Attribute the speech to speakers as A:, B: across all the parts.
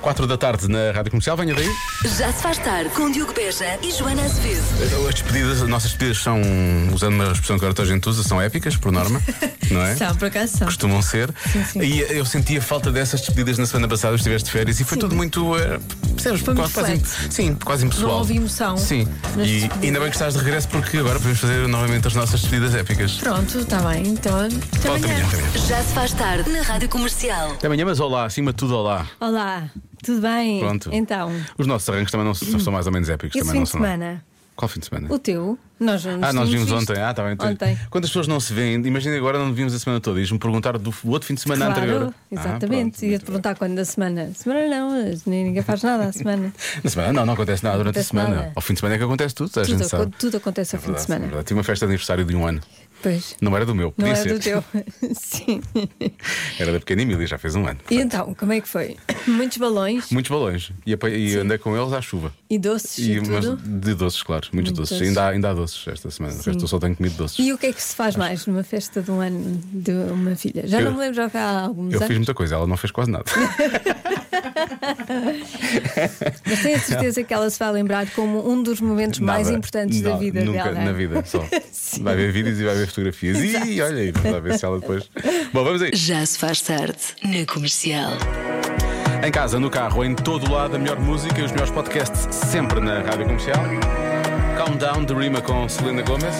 A: Quatro da tarde na Rádio Comercial, venha daí.
B: Já se faz tarde com Diogo Beja e Joana Azevedo.
A: Então, As despedidas, as nossas despedidas são, usando uma expressão que agora toda a gente usa, são épicas, por norma, não é?
C: São, por acaso são.
A: Costumam ser.
C: Sim, sim.
A: E eu sentia falta dessas despedidas na semana passada, eu estiveste de férias e foi
C: Sim.
A: tudo muito. eh, Percebes?
C: Foi muito
A: quase,
C: flat.
A: sim, quase impessoal.
C: Não houve emoção
A: Sim.
C: nas
A: E
C: despedidas.
A: ainda bem que estás de regresso porque agora podemos fazer novamente as nossas despedidas épicas.
C: Pronto, está bem, então. Até
A: Volta
C: amanhã.
A: amanhã, até amanhã.
B: Já se faz tarde na Rádio Comercial.
A: Até amanhã, mas olá, acima de tudo, olá.
C: Olá, tudo bem?
A: Pronto.
C: Então,
A: Os nossos arranques também não são são mais ou menos épicos.
C: esse
A: também não
C: Hum. fim de
A: são.
C: semana,
A: Qual fim de semana?
C: o teu, nós já nos
A: Ah, nós
C: tínhamos
A: vimos
C: visto.
A: ontem. Ah, tá bem. tu-
C: Ontem.
A: Quantas pessoas não se veem? Imagina agora não vimos a semana toda. Ias-me perguntar do f- outro fim de semana anterior.
C: Claro,
A: Ah,
C: exatamente.
A: pronto,
C: Ia-te
A: muito bem.
C: perguntar quando da semana. Semana não, nem ninguém faz nada à semana.
A: Na semana não, não acontece nada durante
C: acontece
A: a semana.
C: nada.
A: Ao fim de semana é que acontece tudo, a
C: tudo,
A: gente sabe. É
C: aco- tudo acontece ao fim de
A: Verdade,
C: semana.
A: verdade. Tive uma festa de aniversário de um ano.
C: Pois.
A: Não era do meu,
C: Não
A: podia
C: é
A: ser.
C: do teu. Sim.
A: Era da pequena Emília, já fez um ano.
C: E então, como é que foi? Muitos balões
A: Muitos balões. E, apai- e andei com eles à chuva.
C: e doces e,
A: E, mas
C: tudo.
A: de doces, claro, muitos
C: Muito
A: doces.
C: doces.
A: Ainda, há, ainda há doces esta semana. O resto eu só tenho comido doces.
C: E o que é que se faz mais numa festa de um ano de uma filha? Já
A: Eu-
C: não me lembro, já foi há alguns
A: Eu
C: anos.
A: fiz muita coisa, ela não fez quase nada.
C: Mas tenho a certeza que ela se vai lembrar como um dos momentos mais
A: Nada.
C: importantes da
A: Não,
C: vida
A: nunca,
C: dela. é?
A: Na vida, só.
C: Sim.
A: vai ver vídeos e vai ver fotografias. E olha aí, vamos lá ver se ela depois. Bom, vamos aí.
B: Já se faz tarde na Comercial.
A: Em casa, no carro, em todo lado, a melhor música e os melhores podcasts sempre na rádio comercial. Calm Down de Rima com Selena Gomez.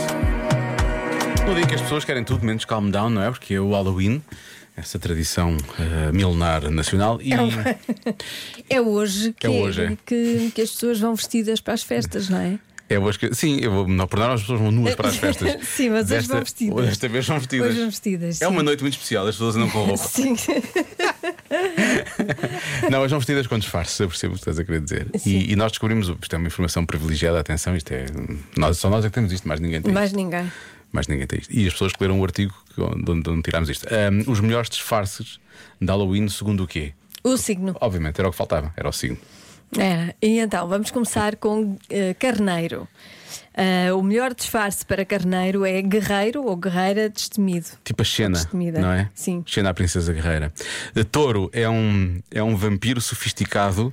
A: No dia em que as pessoas querem tudo menos Calm Down, não é? Porque é o Halloween, essa tradição eh, milenar nacional. E
C: É hoje, que,
A: é hoje, é.
C: que- que as pessoas vão vestidas para as festas, não é?
A: é hoje que. Sim, eu vou, não, por nada, as pessoas vão nuas para as festas.
C: Sim, mas hoje
A: Desta-
C: vão vestidas.
A: Desta vez vão vestidas.
C: Hoje vão vestidas,
A: É uma
C: sim.
A: noite muito especial, as pessoas andam com roupa.
C: Sim,
A: Não, as não vestidas com disfarces, eu percebo o que estás a querer dizer. E, e nós descobrimos, isto é uma informação privilegiada, atenção, isto é. Nós, só nós é que temos isto, mais ninguém tem.
C: mais
A: isto.
C: ninguém.
A: Mais ninguém tem isto. E as pessoas que leram o artigo que- de onde, de onde tirámos isto. Ahm, os melhores disfarces de Halloween, segundo o quê?
C: O signo.
A: Obviamente, era o que faltava, era o signo. Oh.
C: É, e então, vamos começar com eh, carneiro. Eh, o melhor disfarce para carneiro é guerreiro ou guerreira destemido.
A: Tipo a Xena,
C: Destemida.
A: não é?
C: Sim.
A: Xena, a princesa guerreira. Eh, touro é um, é um vampiro sofisticado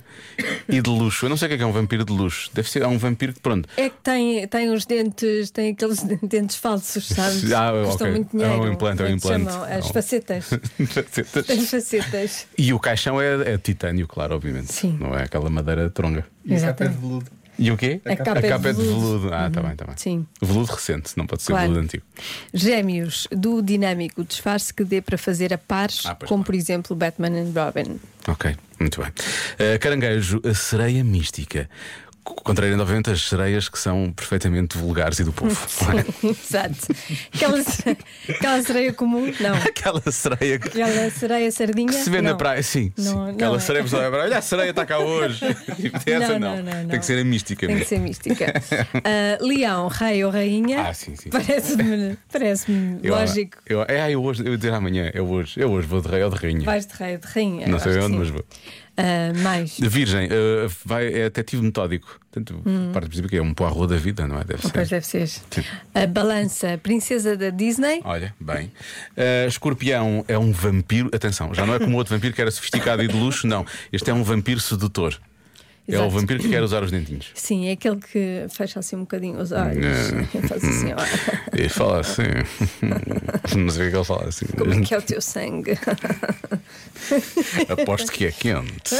A: e de luxo. Eu não sei o que é, que é um vampiro de luxo. Deve ser é um vampiro que, pronto,
C: É que tem, tem os dentes, tem aqueles dentes falsos, sabes?
A: Ah,
C: Custam
A: ok.
C: muito
A: É um
C: dinheiro.
A: implante, é um
C: Como que se
A: implante.
C: chamam? As
A: Não.
C: facetas. As facetas.
A: E o caixão é, é de titânio, claro, obviamente.
C: Sim.
A: Não é aquela madeira tronga.
C: Exatamente.
A: E o quê?
C: é A capa é de veludo. Uhum.
A: Ah, está bem, está bem.
C: Sim.
A: Veludo recente, não pode ser
C: Claro.
A: veludo antigo.
C: Gêmeos, do dinâmico, disfarce que dê para fazer a pares,
A: Ah, pois
C: como
A: claro.
C: por exemplo Batman and Robin.
A: Ok, muito bem. Eh, caranguejo, a sereia mística. C- Contrariando, obviamente, as sereias que são perfeitamente vulgares e do povo. não é?
C: Sim, exato. Aquela, sere- aquela sereia comum, não.
A: Aquela sereia que.
C: Aquela sereia sardinha.
A: que se vê na
C: não.
A: praia, sim.
C: Não,
A: sim.
C: não
A: Aquela
C: é.
A: sereia, a pessoa vai para, olha, a sereia está cá hoje. Tipo, Essa
C: Não, não, não,
A: Tem que
C: não.
A: ser a mística
C: Tem que
A: mesmo.
C: ser mística. Ah, leão, rei ou rainha.
A: Ah, sim, sim.
C: Parece-me parece-me
A: Eu-
C: lógico.
A: Eu, é, eu hoje, eu ia dizer amanhã, eu hoje, eu hoje vou de rei ou de rainha.
C: Vais de rei ou de rainha.
A: Não
C: eu
A: sei
C: É, acho que
A: onde,
C: sim.
A: mas vou.
C: Ah, mais.
A: Virgem, eh, vai, é detetivo metódico. Portanto, parte do princípio que é um poarro da vida, não é? Deve ser.
C: Hum. Pois deve ser.
A: Tipo.
C: A balança, princesa da Disney.
A: Olha, bem. Eh, escorpião é um vampiro. Atenção, já não é como o outro vampiro que era sofisticado e de luxo, não. Este é um vampiro sedutor. É o
C: Exato.
A: vampiro que quer usar os dentinhos.
C: Sim, é aquele que fecha assim um bocadinho os olhos.
A: É.
C: Faz assim, ó.
A: E fala assim. Não sei o que é que ele fala assim.
C: Como é que é o teu sangue?
A: Aposto que é quente.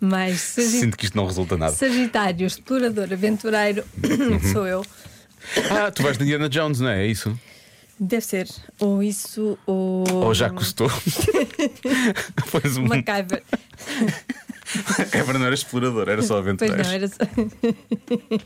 C: Mais sagi-
A: Sinto que isto não resulta nada. Uhum.
C: Sagitário, explorador, aventureiro, sou eu.
A: Ah, tu vais de Indiana Jones, não é? É isso?
C: Deve ser. Ou isso, ou.
A: Ou já custou? Pois um.
C: Uma caiva.
A: Quebra É, não era explorador, era só
C: Pois
A: aventureiro.
C: não, era só.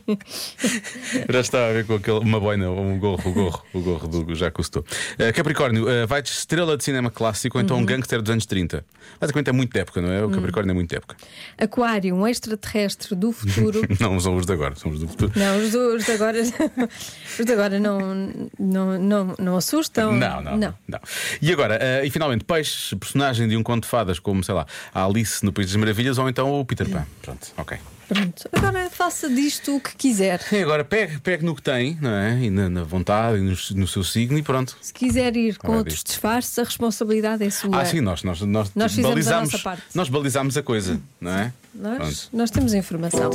A: Já estava a ver com aquele, uma boina, um gorro, o gorro, o gorro do já custou. Eh, Capricórnio, eh, vai de estrela de cinema clássico, ou então
C: Uhum.
A: um gangster dos anos 30. Basicamente é muito de época, não é? O Capricórnio é muito de época.
C: Aquário, um extraterrestre do futuro.
A: Não são os de agora, são os do futuro.
C: Não, os, do, os de agora, os de agora não, não, não, não assustam.
A: Não, não, não. E agora, eh, e finalmente, peixe, personagem de um conto de fadas, como sei lá, a Alice no País das Maravilhas, ou então o Peter Pan. Pronto, ok.
C: Pronto. Agora faça disto o que quiser.
A: Sim, agora pegue, pegue no que tem, não é? E na, na vontade, e no, no seu signo e pronto.
C: Se quiser ir com
A: Ora,
C: outros
A: disto.
C: disfarces, a responsabilidade é sua.
A: Ah, sim, nós, nós, nós,
C: Nós fizemos a
A: balizamos,
C: nossa parte.
A: nós balizamos a coisa, não é?
C: Nós,
A: Pronto.
C: nós temos a informação.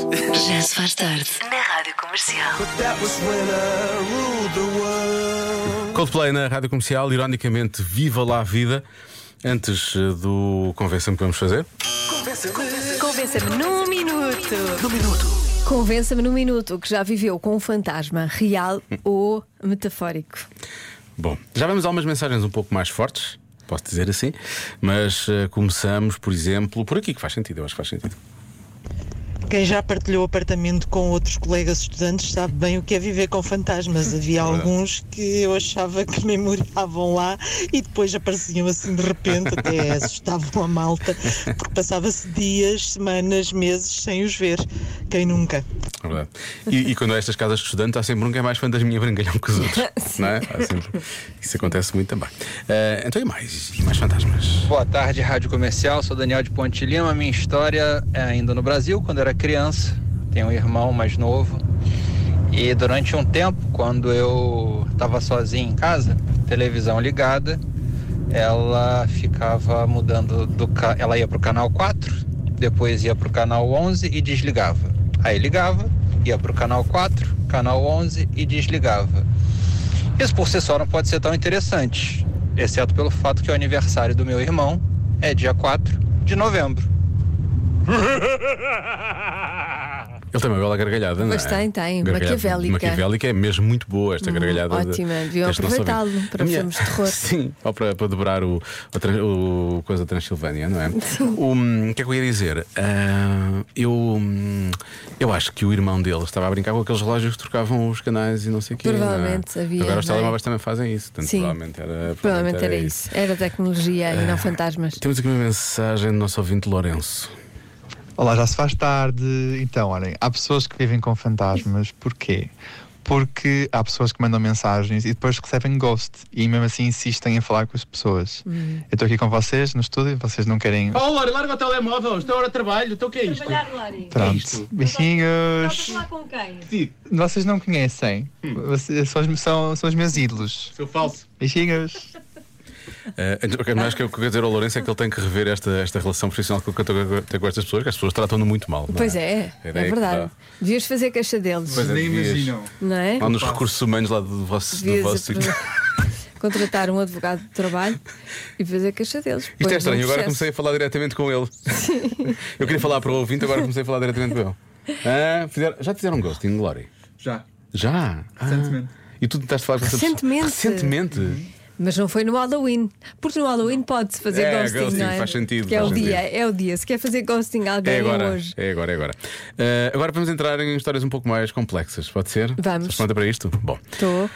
B: Já se faz tarde na Rádio Comercial.
D: That was when I ruled the world.
A: Coldplay na rádio comercial, ironicamente, viva lá a vida. Antes eh, do Convença-me que vamos fazer.
C: Convença-me num minuto. Convença-me num minuto que já viveu com um fantasma real ou metafórico.
A: Bom, já vemos algumas mensagens um pouco mais fortes, posso dizer assim, mas eh, começamos, por exemplo, por aqui, que faz sentido, eu acho que faz sentido.
E: Quem já partilhou apartamento com outros colegas estudantes sabe bem o que é viver com fantasmas. Havia alguns que eu achava que nem moravam lá e depois apareciam assim de repente, até assustavam a malta, porque passava-se dias, semanas, meses sem os ver. Quem nunca?
A: É verdade. E, e quando há estas casas de estudante, há sempre um que é mais fã das minhas brangalhão que os outros.
C: Sim.
A: não é? Há sempre- Isso acontece muito também. Eh, então e mais? E mais fantasmas?
F: Boa tarde, Rádio Comercial. Sou Daniel de Ponte Lima. Minha história é ainda no Brasil, quando era criança. Tenho um irmão mais novo. E durante um tempo, quando eu estava sozinho em casa, televisão ligada, ela ficava mudando do ca... ela ia pro canal 4, depois ia pro canal 11 e desligava. Aí ligava, ia pro canal 4, canal 11 e desligava. Isso por si só não pode ser tão interessante, exceto pelo fato que o aniversário do meu irmão é dia 4 de novembro.
A: Ele tem uma bela gargalhada, não é?
C: Mas tem, tem,
A: Gargalhada
C: maquiavélica. Hum,
A: Maquiavélica é mesmo muito boa esta gargalhada. de-
C: ótima, deviam
A: deste nosso
C: aproveitá-lo
A: ouvinte.
C: para
A: A minha-
C: filmes de terror.
A: Sim, ou para, para dobrar o, o, tran- o coisa da Transilvânia, não é? O, o que é que eu ia dizer? Ah, eu, hum, eu acho que o irmão dele estava a brincar com aqueles relógios que trocavam os canais e não sei o quê. não é?
C: Provavelmente havia,
A: Agora os
C: não é?
A: telemóveis também fazem isso, portanto,
C: Sim.
A: provavelmente era, Ah,
C: Provavelmente era isso. Era tecnologia e não fantasmas.
A: Temos aqui uma mensagem do nosso ouvinte Lourenço.
G: Olá, já se faz tarde. Então, olhem, há pessoas que vivem com fantasmas, porquê? Porque há pessoas que mandam mensagens e depois recebem ghost e mesmo assim insistem em falar com as pessoas.
C: Hum.
G: Eu estou aqui com vocês no estúdio e vocês não querem.
H: Ó, Lori, larga o telemóvel, estou hora de trabalho, então o que é isto?
G: Pronto, beijinhos.
C: com quem?
G: Vocês não conhecem, Vocês- são, os- são- são os meus ídolos.
H: Seu falso.
G: Beijinhos.
A: Eh, então, ok, mas o que eu quero dizer ao Lourenço é que ele tem que rever esta, esta relação profissional que eu tenho com- tenho com estas pessoas, que as pessoas tratam-no muito mal. não
C: Pois é,
A: A
C: é
A: ideia que
C: verdade.
A: dá.
C: Devias fazer queixa deles,
A: Pois é, devias-
C: não é?
A: Lá nos recursos humanos lá do vosso, do vosso
C: Devias
A: sítio.
C: apro- contratar um advogado de trabalho e fazer queixa deles.
A: Isto
C: Pois,
A: é
C: um
A: estranho, agora
C: processo.
A: comecei a falar diretamente com ele. Eu queria falar para o ouvinte, agora comecei a falar diretamente com ele. Ah, fizeram- já te fizeram um ghosting, Glory?
H: Já.
A: Já? Ah.
H: Recentemente.
A: E tu tentaste falar com essa pessoa-
C: Recentemente.
A: Recentemente?
C: Mas não foi no Halloween, porque no Halloween pode-se fazer
A: É,
C: ghosting,
A: ghosting,
C: não é?
A: faz sentido,
C: Que é
A: faz
C: o dia,
A: sentido.
C: é o dia. Se quer fazer ghosting a alguém
A: É agora,
C: hoje.
A: é agora, é agora. Ah, agora vamos entrar em histórias um pouco mais complexas, pode ser?
C: Vamos.
A: Estás pronta para isto? Bom.
C: Estou.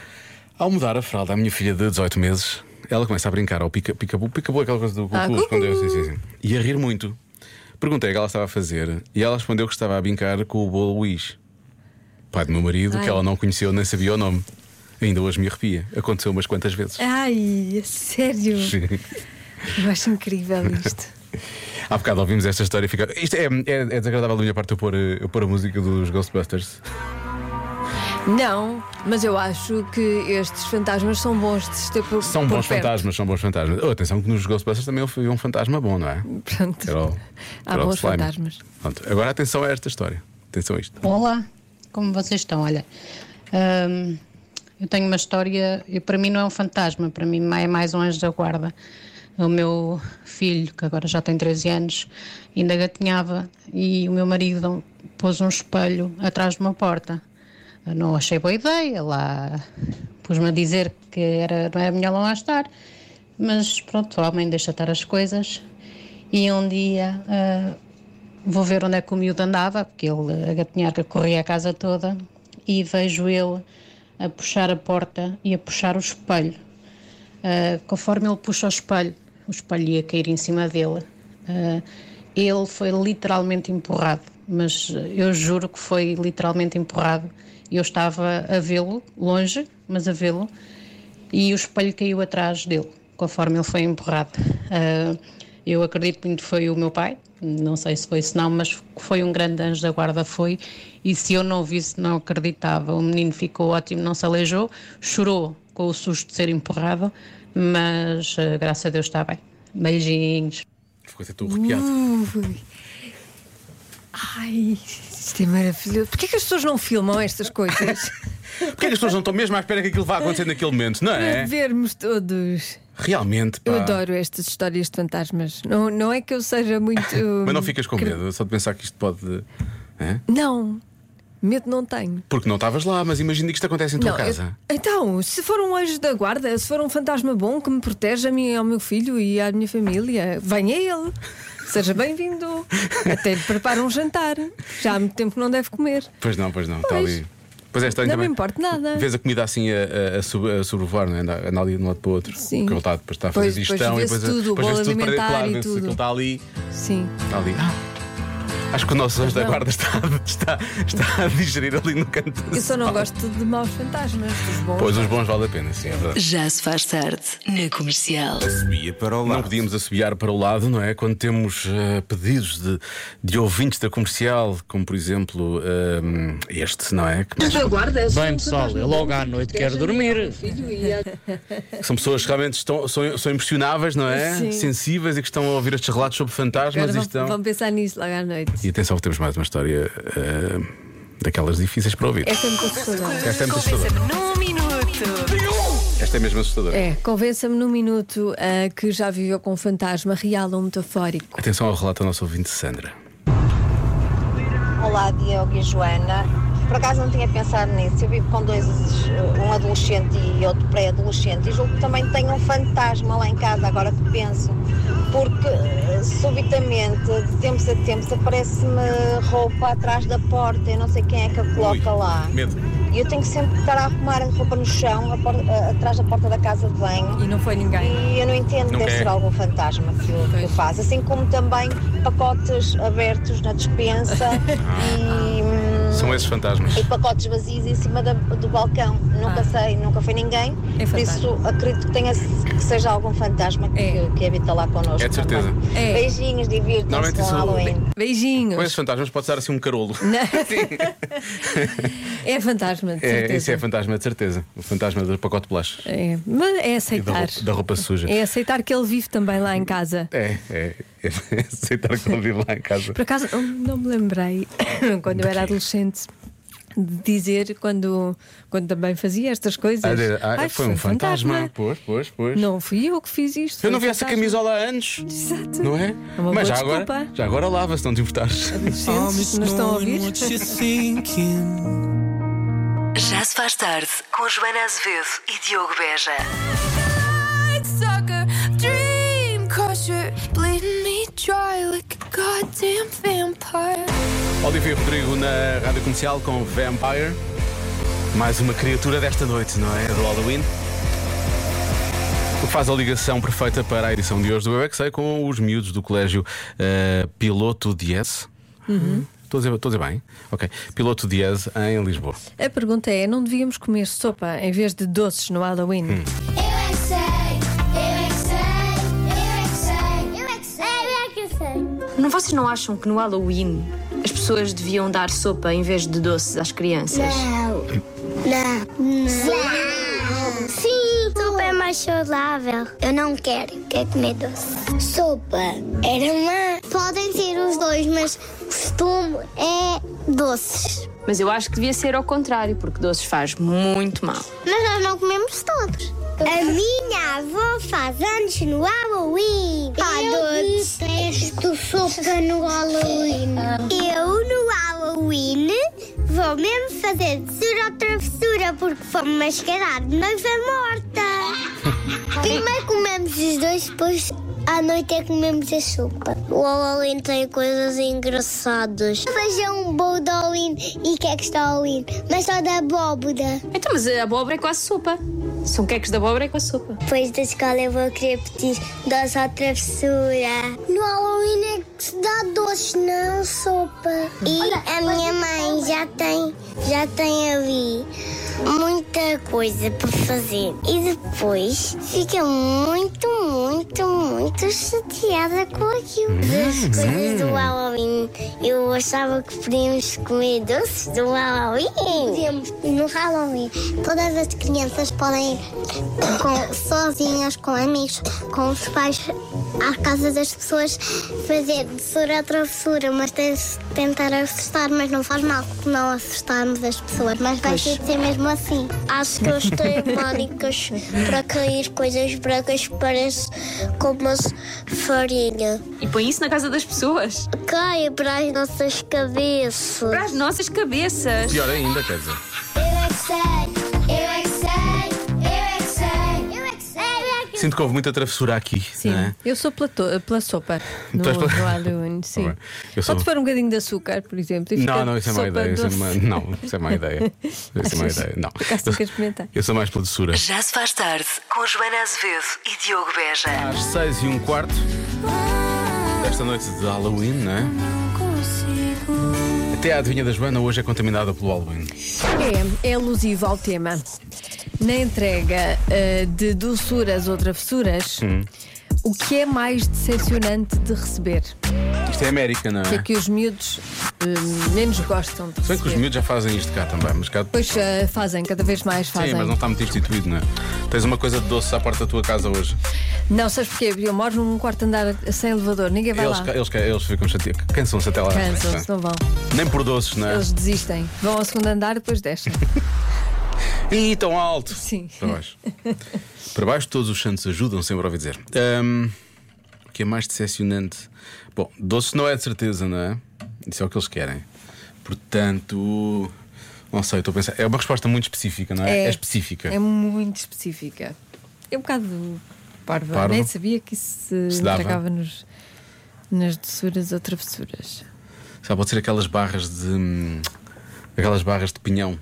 A: Ao mudar a fralda à minha filha de 18 meses, ela começa a brincar ao pica- pica-bu, pica-bu é aquela coisa do
C: Ah,
A: cucu, escondeu,
C: cucu.
A: sim, sim, sim. e a rir muito. Perguntei o que ela estava a fazer e ela respondeu que estava a brincar com o bolo Luís, pai do meu marido,
C: Ai.
A: que ela não conheceu nem sabia o nome. Ainda hoje me arrepia. Aconteceu umas quantas vezes.
C: É. Ai, a sério. Eu acho incrível isto.
A: Há bocado ouvimos esta história e fica. Isto é, é- é desagradável da minha parte eu pôr, eh, eu pôr a música dos Ghostbusters.
C: Não, mas eu acho que estes fantasmas são bons de se ter por
A: São
C: por
A: bons
C: perto.
A: fantasmas, são bons fantasmas. Oh, atenção que nos Ghostbusters também houve um fantasma bom, não é?
C: Pronto.
A: Era o-
C: Há
A: era o
C: bons
A: slime.
C: fantasmas.
A: Pronto, agora atenção a esta história. Atenção a isto.
I: Olá, como vocês estão? Olha, hum, eu tenho uma história, eu- para mim não é um fantasma, para mim é mais um anjo da guarda. O meu filho, que agora já tem 13 anos, ainda gatinhava e o meu marido pôs um espelho atrás de uma porta. Eu não achei boa ideia, lá pus-me a dizer que era, não era melhor não lá estar, mas pronto, o homem deixa estar as coisas. E um dia ah, Vou ver onde é que o miúdo andava, porque ele, a gatinharga, corria a casa toda e vejo ele a puxar a porta e a puxar o espelho. Ah, conforme ele puxa o espelho, o espelho ia cair em cima dele. Ah, ele foi literalmente empurrado, mas eu juro que foi literalmente empurrado. Eu estava a vê-lo, longe, mas a vê-lo, e o espelho caiu atrás dele, conforme ele foi empurrado. Ah, Eu acredito muito que foi o meu pai, não sei se foi se não, mas foi um grande anjo da guarda, foi. E se eu não visse, não acreditava. O menino ficou ótimo, não se aleijou, chorou com o susto de ser empurrado, mas eh, graças a Deus está bem. Beijinhos.
A: Ficou até todo arrepiado.
C: Hum. Ui. Ai, isto é maravilhoso. Porquê que as pessoas não filmam estas coisas?
A: Porquê é que as pessoas não estão mesmo à espera que aquilo vá acontecer naquele momento, não
C: Para
A: é?
C: vermos todos.
A: Realmente, pá.
C: Eu adoro estas histórias de fantasmas. Não, não é que eu seja muito.
A: Mas não ficas com medo, só de pensar que isto pode. é?
C: Não, medo não tenho.
A: Porque não estavas lá, mas imagina que isto acontece em tua
C: Não,
A: casa.
C: eu- então, se for um anjo da guarda, se for um fantasma bom que me protege a mim, e ao meu filho e à minha família, venha ele. Seja bem-vindo. Até lhe preparo um jantar. Já há muito tempo que não deve comer.
A: Pois não, pois não, está
C: Pois.
A: ali. Pois é, estranho
C: Não me
A: também.
C: importa nada.
A: Vês a comida assim a, a, a, sub- a sobrevoar, não é? Anda, anda ali de um lado para o outro.
C: Sim.
A: Porque ele está, depois está a fazer
C: Pois- pois
A: digestão e
C: vê-se
A: depois,
C: tudo, o
A: depois
C: bolo
A: vê-se tudo para dentro,
C: alimentar
A: claro,
C: e
A: vê-se
C: tudo.
A: aquilo está ali.
C: Sim.
A: Está ali. Ah, Acho que o nosso anjo da
C: não.
A: guarda está, está, está a digerir ali no canto.
C: Eu só não gosto de maus fantasmas. Os bons.
A: Pois os bons vale a pena, sim, é verdade.
B: Já se faz tarde na comercial.
D: Subia para o
A: Não
D: lado.
A: podíamos assobiar para o lado, não é? Quando temos eh, pedidos de, de ouvintes da comercial, como por exemplo eh, este, não é? Que mais-
J: Bem, pessoal, eu logo à noite quero dormir.
A: que são pessoas que realmente estão, são, são impressionáveis, não é?
C: Sim.
A: Sensíveis e que estão a ouvir estes relatos sobre
C: Agora
A: fantasmas e
C: vão,
A: estão.
C: vão pensar nisso logo à noite.
A: E atenção, que temos mais uma história eh, daquelas difíceis para ouvir.
C: Esta é muito assustadora.
A: Esta é muito assustadora.
B: Convença-me num minuto.
A: Esta é mesmo assustadora.
C: É, convença-me num minuto ah, que já viveu com um fantasma real ou metafórico.
A: Atenção ao relato da nossa ouvinte Sandra.
K: Olá, Diogo e Joana. Por acaso não tinha pensado nisso. Eu vivo com dois, eh, um adolescente e outro pré-adolescente. E julgo que também tenho um fantasma lá em casa, agora que penso. Porque eh, subitamente, de tempos a tempos, aparece-me roupa atrás da porta. Eu não sei quem é que a coloca
A: Ui,
K: lá.
A: Medo.
K: E eu tenho que sempre estar a arrumar a roupa no chão, a por- a- atrás da porta da casa de banho.
C: E não foi ninguém.
K: E eu não entendo,
A: Não é.
K: deve
A: quer.
K: ser algum fantasma que o, que o faz. Assim como também pacotes abertos na despensa e, hum,
A: São esses fantasmas.
K: e pacotes vazios em cima da- do balcão. Nunca
C: Ah.
K: sei, nunca foi ninguém.
C: É
K: Por isso acredito que, tenha, que seja algum fantasma que,
C: É.
K: que habita lá connosco.
A: É de certeza.
K: também.
C: É.
K: Beijinhos, divirtam-se
A: Normalmente
K: com
A: isso- é
K: Halloween.
A: Com
C: Beijinhos.
A: esses fantasmas pode estar assim um carolo.
C: É fantasma, de
A: É, isso
C: certeza.
A: é fantasma de certeza. O fantasma do pacote de blush.
C: É, mas é
A: E da,
C: aceitar.
A: roupa- da roupa suja.
C: É aceitar que ele vive também lá em casa.
A: É, é, é aceitar que ele vive lá em casa.
C: Por acaso, não- não me lembrei, quando eu era adolescente, de dizer quando, quando também fazia estas coisas.
A: Ah, de- ah,
C: "Ai,
A: foi um fantasma. Pois, pois, pois.
C: Não fui eu que fiz isto.
A: Eu
C: foi
A: não
C: um
A: vi essa
C: fantasma."
A: camisola há anos.
C: Exato.
A: Não é?
C: É uma
A: Mas já
C: boa
A: agora,
C: desculpa.
A: já agora lava se não te importares.
C: Adolescentes, não estão a ouvir?
B: Já se faz tarde com Joana Azevedo e Diogo Beja.
A: Olivia Rodrigo na rádio comercial com Vampire. Mais uma criatura desta noite, não é? Do Halloween. O que faz a ligação perfeita para a edição de hoje do Eu é Que Sei com os miúdos do colégio eh, Piloto Diez.
C: Uhum.
A: Estou a dizer- estou a dizer bem? Ok. Piloto Diez em Lisboa.
C: A pergunta é: não devíamos comer sopa em vez de doces no Halloween?
A: Hum.
J: é é
K: Não, vocês não acham que no Halloween as pessoas deviam dar sopa em vez de doces às crianças?
J: Não. Sim, sopa é mais saudável. Eu não quero, quero comer doce. Sopa era uma. Podem ser os dois, mas costume é doces.
K: Mas eu acho que devia ser ao contrário, porque doces faz muito mal.
J: Mas nós não comemos todos. A minha avó faz anos no Halloween. Ah, eu detesto sopa no Halloween. Eu no Halloween vou mesmo fazer desura ou travessura porque fomos mascarados de noiva morta. Primeiro comemos os dois, depois à noite é que comemos a sopa. O Halloween tem coisas engraçadas. Fazer um bolo de Halloween e queques de Halloween, mas só da abóbora.
K: Então, mas a abóbora é quase sopa. São queques de abóbora é quase sopa.
J: Depois da escola eu vou querer pedir doce à travessura. No Halloween é que se dá doce, não sopa. E a minha mãe já tem, já tem ali muita coisa para fazer e depois fica muito, muito, muito chateada com aquilo. Das coisas do Halloween, eu achava que podíamos comer doces do Halloween. Podemos,
L: no Halloween, todas as crianças podem ir com, sozinhas, com amigos, com os pais à casa das pessoas fazer doçura à travessura, mas tens de tentar assustar, mas não faz mal se não assustarmos as pessoas, mas vai
J: Pois.
L: ter de ser mesmo assim.
J: Acho que eu estou em
L: módicas para cair coisas brancas parece como farinha.
M: E põe isso na casa das pessoas.
L: Cai para as nossas cabeças.
M: Para as nossas cabeças.
A: Pior ainda, quer dizer.
L: Eu é que sei, eu é que sei, eu é que sei.
J: Eu é que sei, eu é que
A: Sinto que houve muita travessura aqui.
C: Sim,
A: não é?
C: eu sou pela, to- pela sopa no,
A: Tu és pela- Tá
C: no Halloween, sim.
A: bem, eu sou-
C: Pode pôr um bocadinho de açúcar, por exemplo. e fica
A: Não, não, isso é má
C: sopa
A: ideia. Isso é
C: doce.
A: má, não, isso é má ideia. Isso é má
C: Achas?
A: ideia. Não.
C: Por acaso nunca experimentei.
A: Eu sou mais pela doçura.
B: Já se faz tarde com Joana Azevedo e Diogo Beja.
A: Às 6 e um quarto desta noite de Halloween, não é? Até a adivinha da Joana hoje é contaminada pelo Halloween.
C: É, é alusivo ao tema. Na entrega eh, de doçuras ou travessuras,
A: Hum.
C: o que é mais decepcionante de receber?
A: Isto é América, não
C: O que é
A: é?
C: que os miúdos eh, menos gostam de
A: Sei que os
C: receber?
A: miúdos já fazem isto cá também, mas cá.
C: Pois eh, fazem, cada vez mais fazem.
A: Sim, mas não está muito instituído, não é? Tens uma coisa de doce à porta da tua casa hoje.
C: Não, sabes porquê? Eu moro num quarto andar sem elevador, ninguém vai
A: Eles,
C: lá.
A: ca- eles, ca- eles ficam chateados. Cansam-se até lá. à frente,
C: Cansam-se,
A: não
C: não vão.
A: é? Nem por doces, não é?
C: Eles desistem. Vão ao segundo andar e depois descem.
A: Ih, tão alto!
C: Sim.
A: Para baixo. Para baixo, todos os santos ajudam, sempre ouvi dizer. Ahm, o que é mais decepcionante? Bom, doce não é de certeza, não é? Isso é o que eles querem. Portanto, não sei, estou a pensar. É uma resposta muito específica, não é? específica.
C: É muito específica. É um bocado parva.
A: Parvo.
C: Nem sabia que isso se,
A: Se dava.
C: entregava nos, nas doçuras ou travessuras.
A: Sabe, pode ser aquelas barras de. hum, aquelas barras de pinhão.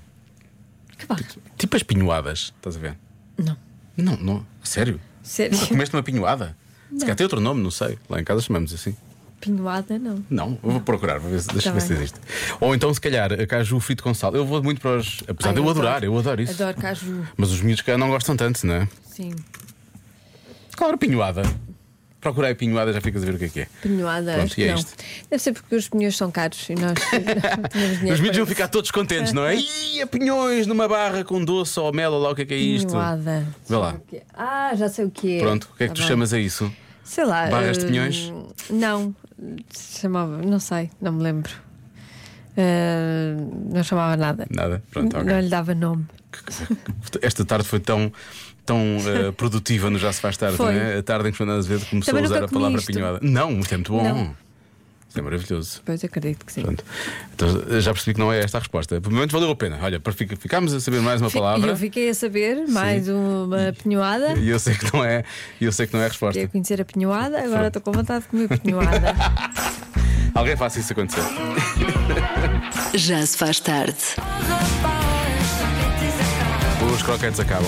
C: Que barra?
A: Tipo as pinhoadas, estás a ver?
C: Não.
A: Não, não. Sério?
C: Sério?
A: Nunca comeste uma pinhoada? Se
C: Não.
A: calhar tem outro nome, não sei. Lá em casa chamamos assim.
C: Pinhoada, não.
A: Não, eu vou procurar, vou ver, se- deixa eu ver
C: Tá
A: se
C: bem.
A: existe. Ou então, se calhar, a caju frito com sal. Eu vou muito para os. Apesar
C: Ai,
A: de eu adorar, eu adoro isso.
C: Adoro caju,
A: Mas os miúdos cá não gostam tanto, não é?
C: sim.
A: Claro, pinhoada. Procurei pinhoada, já ficas a ver o que é que é.
C: Pinhoada,
A: Pronto,
C: acho que
A: e é
C: não.
A: isto.
C: Deve ser porque os pinhões são caros e nós não tínhamos dinheiro.
A: Os
C: para
A: miúdos vão
C: isso.
A: ficar todos contentes, não é? Ih, a pinhões numa barra com doce ou mel, ou lá o que é que é isto?
C: Pinhoada.
A: Vê lá.
C: Ah, já sei o que é.
A: Pronto, o que é que
C: Tá
A: tu
C: bem.
A: chamas a isso?
C: Sei lá.
A: Barras de
C: hum,
A: pinhões?
C: Não, se chamava, não sei, não me lembro. Hum, não chamava nada.
A: Nada? Pronto, ok.
C: Não lhe dava nome.
A: Esta tarde foi tão, tão eh, produtiva no Já Se Faz Tarde,
C: Foi.
A: não é? A tarde em que Fernando Azevedo começou
C: Também
A: a usar
C: nunca
A: a
C: comi
A: palavra
C: isto.
A: pinhoada. Não, isto é muito bom.
C: Não.
A: Isto é maravilhoso.
C: Pois acredito que sim.
A: Pronto. Então, já percebi que não é esta a resposta. Pelo menos valeu a pena. Olha, para fica- ficarmos a saber mais uma
C: Fi- E
A: palavra.
C: eu fiquei a saber mais uma pinhoada.
A: E eu sei que não é, e eu sei que não é a
C: Fiquei a
A: resposta.
C: conhecer a pinhoada, agora estou com vontade de comer pinhoada.
A: Alguém faça isso acontecer.
B: Já se faz tarde.
A: Os croquetes acabam.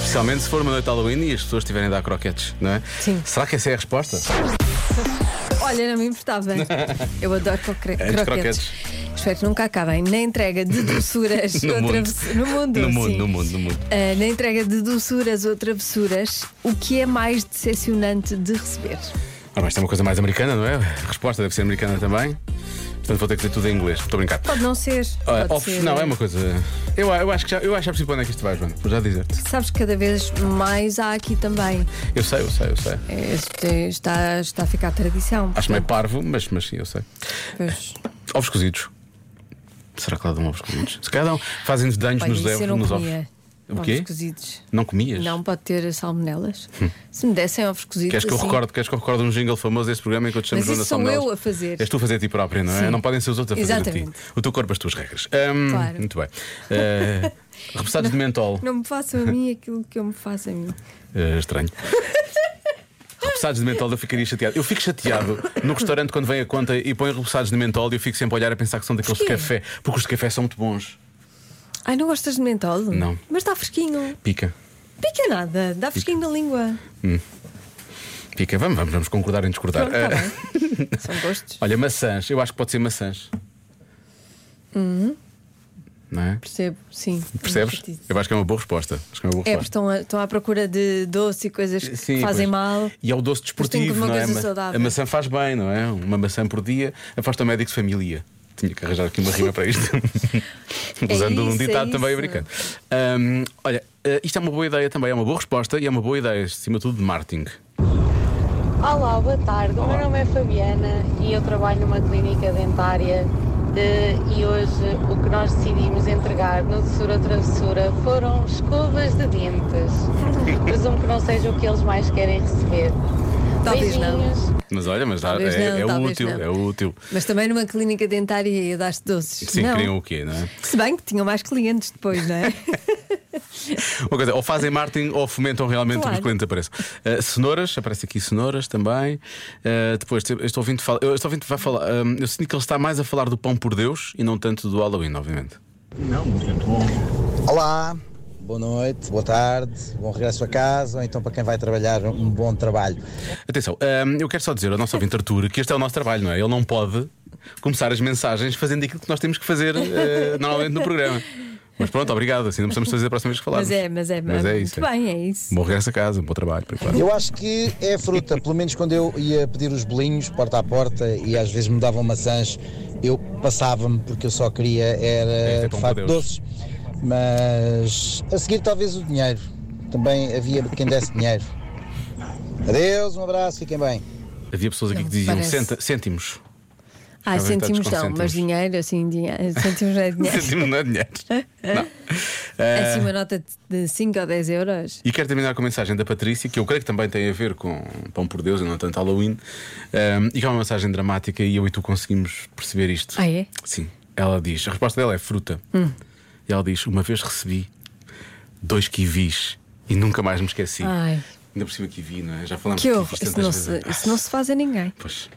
A: Especialmente se for uma noite de Halloween e as pessoas estiverem a dar croquetes, não é? Sim. Será que essa é a resposta?
C: Olha, não me importava. Eu adoro crocre-
A: Antes
C: croquetes.
A: É croquetes.
C: Espero que nunca acabem na entrega de doçuras
A: No
C: ou
A: mundo.
C: travessuras. No mundo,
A: No mundo,
C: sim.
A: no mundo, no mundo.
C: Ah, na entrega de doçuras ou travessuras, o que é mais decepcionante de receber?
A: Ora, mas isto é uma coisa mais americana, não é? A resposta deve ser americana também. Portanto, vou ter que dizer tudo em inglês. Estou a brincar.
C: Pode não ser.
A: Ah,
C: pode
A: ovos-
C: ser.
A: não, é uma coisa. Eu, eu acho que já, eu acho que já percebo para onde é que isto vai, Joana. Vou já dizer-te.
C: Sabes que cada vez mais há aqui também.
A: Eu sei, eu sei, eu
C: É
A: sei.
C: Este está, está a ficar tradição.
A: Acho meio parvo, mas, mas sim, eu sei.
C: Pois.
A: Ovos cozidos. Será que lá dão ovos cozidos? Se calhar dão. Fazem-nos danos
C: Olha,
A: nos,
C: isso
A: ovos-
C: eu não
A: nos ovos.
C: um comia.
A: O quê?
C: Ovos cozidos.
A: Não comias?
C: Não pode ter salmonelas. Se me dessem ovos cozidos.
A: Queres que, eu
C: assim-
A: recorde, queres que eu recorde um jingle famoso deste programa em que eu te chamo
C: Mas
A: Joana
C: isso sou
A: Salmelas?
C: eu a fazer.
A: És tu a fazer a ti própria, não é?
C: Sim.
A: Não podem ser os outros a fazer a ti.
C: Exatamente.
A: O teu corpo, as tuas regras. Ahm,
C: Claro.
A: Muito bem. Ah, repousados de mentol.
C: Não me façam a mim aquilo que eu me faço a mim.
A: Ah, estranho. Repousados de mentol, eu ficaria chateado. Eu fico chateado no restaurante quando vem a conta e põe repousados de mentol e eu fico sempre a olhar a pensar que são daqueles de
C: Porquê?
A: café, porque os de café são muito bons.
C: Ai, não gostas de mentol?
A: Não.
C: Mas está fresquinho.
A: Pica.
C: Pica nada, dá fresquinho na língua.
A: Pica, vamos, vamos, vamos concordar em discordar.
C: Pronto, tá
A: Ah,
C: São gostos.
A: olha, maçãs, eu acho que pode ser maçãs.
C: Uhum.
A: não é?
C: Percebo, sim.
A: Percebes? Eu acho que é uma boa resposta. Acho que é uma boa
C: É, porque
A: resposta.
C: estão, a- estão à procura de doce e coisas que
A: Sim,
C: fazem
A: pois.
C: mal.
A: E é o doce
C: tem que
A: desportivo,
C: comer uma
A: não é?
C: coisa
A: Ma-
C: saudável.
A: A maçã faz bem, não é? Uma maçã por dia afasta o médico de família. Tinha que arranjar aqui uma rima para isto.
C: É
A: Usando um
C: isso, é
A: ditado também
C: isso.
A: americano. Ahm, olha, eh, isto é uma boa ideia também, é uma boa resposta e é uma boa ideia, acima de tudo, de marketing.
N: Olá, boa tarde. O meu nome é Fabiana e eu trabalho numa clínica dentária eh, e hoje o que nós decidimos entregar no Doçura Travessura foram escovas de dentes. Presumo que não seja o que eles mais querem receber.
C: Talvez não.
N: Beijinhos.
A: Mas olha, mas dá-
C: Talvez
A: é,
C: não,
A: é
C: talvez
A: útil,
C: não.
A: é útil.
C: Mas também numa clínica dentária ia dar-te doces.
A: Sim,
C: não.
A: queriam o quê, não é?
C: Se bem que tinham mais clientes depois, não é?
A: Uma coisa, ou fazem marketing ou fomentam realmente
C: Claro.
A: que os clientes apareçam. Eh, cenouras, aparece aqui cenouras também. Eh, depois, te- este ouvinte, fala, eu- este ouvinte vai falar. hum, eu sinto que ele está mais a falar do pão por Deus e não tanto do Halloween, obviamente.
O: Não, muito bom. Olá, boa noite, boa tarde, bom regresso a casa, ou então para quem vai trabalhar, um bom trabalho.
A: Atenção, hum, eu quero só dizer ao nosso ouvinte Arthur que este é o nosso trabalho, não é? Ele não pode começar as mensagens fazendo aquilo que nós temos que fazer eh, normalmente no programa. Mas pronto, obrigado. Assim não precisamos fazer a próxima vez que falarmos.
C: Mas é, mas é,
A: Mas é
C: muito
A: isso, é.
C: bem, é isso.
A: Bom regresso a casa, bom trabalho. por enquanto.
O: Eu acho que é a fruta, pelo menos quando eu ia pedir os bolinhos, porta a porta, e às vezes me davam maçãs, eu passava-me porque eu só queria era de
A: pão
O: facto
A: para
O: doces. Mas a seguir, talvez o dinheiro. Também havia quem desse dinheiro. Adeus, um abraço, fiquem bem.
A: Havia pessoas aqui
C: Não,
A: que diziam
C: parece.
A: centa- cêntimos. Estava
C: Ah,
A: a tentar
C: sentimos não,
A: desconcentimos.
C: mas dinheiro, assim, dinheiro, sentimos não é dinheiro.
A: Cêntimos não é dinheiro. Não. Eh,
C: Assim, uma nota de 5 ou 10 euros.
A: E quero terminar com a mensagem da Patrícia, que eu creio que também tem a ver com Pão por Deus e não tanto Halloween, Ahm, e que é uma mensagem dramática e eu e tu conseguimos perceber isto.
C: Ah, é?
A: Sim. Ela diz: a resposta dela é fruta.
C: Hum.
A: E ela diz: uma vez recebi dois kiwis e nunca mais me esqueci.
C: Ai,
A: Ainda por cima kiwi, não é? Já falamos
C: que
A: de
C: horror.
A: kiwis
C: Isso
A: tantas
C: não, se,
A: vezes.
C: isso não se faz a ninguém.
A: Pois.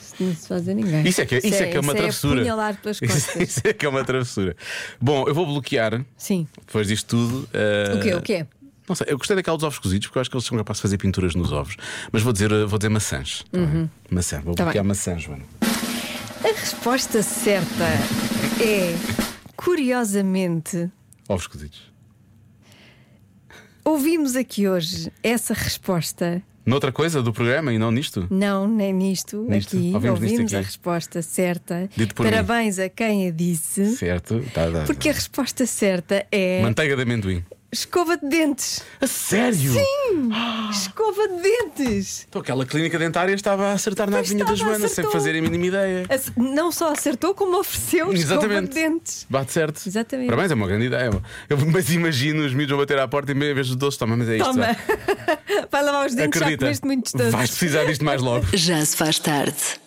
C: Isso não se faz a ninguém.
A: Isso é que, isso é, que é uma travessura.
C: apunhalar pelas
A: isso,
C: costas.
A: isso é que é uma travessura. Bom, eu vou bloquear.
C: Sim.
A: Depois disto tudo. ah,
C: O quê? O quê?
A: Não sei, eu gostei daquela dos ovos cozidos porque eu acho que eles são capazes de fazer pinturas nos ovos. Mas vou dizer, eh, vou dizer maçãs.
C: Uhum.
A: Maçã, vou
C: Tá
A: bloquear
C: bem.
A: maçã, Joana.
C: A resposta certa é, curiosamente,
A: Ovos cozidos.
C: ouvimos aqui hoje essa resposta.
A: Noutra coisa do programa e não nisto?
C: Não, nem nisto,
A: Nisto,
C: aqui.
A: ouvimos
C: Ouvimos,
A: nisto
C: a
A: aqui.
C: resposta certa.
A: Dito por mim.
C: Parabéns a quem a disse.
A: Certo? Tá, tá, tá.
C: Porque a resposta certa é
A: Manteiga de amendoim.
C: escova de dentes.
A: A sério?
C: Sim! Escova de dentes!
A: Então aquela clínica dentária estava a acertar na
C: Pois
A: adivinha da
C: estava,
A: Joana, sem
C: acertou.
A: fazer a mínima ideia.
C: Ace- Não só acertou, como ofereceu escova de
A: Exatamente.
C: dentes.
A: Bate certo.
C: Exatamente.
A: Parabéns, é uma grande ideia. Eu, mas imagino os miúdos vão bater à porta e meia vez os doces, toma, mas é isto.
C: Toma!
A: vai.
C: Vai lavar os dentes, já
A: Acredita,
C: comeste muitos doces.
A: vais precisar disto mais logo.
B: Já se faz tarde.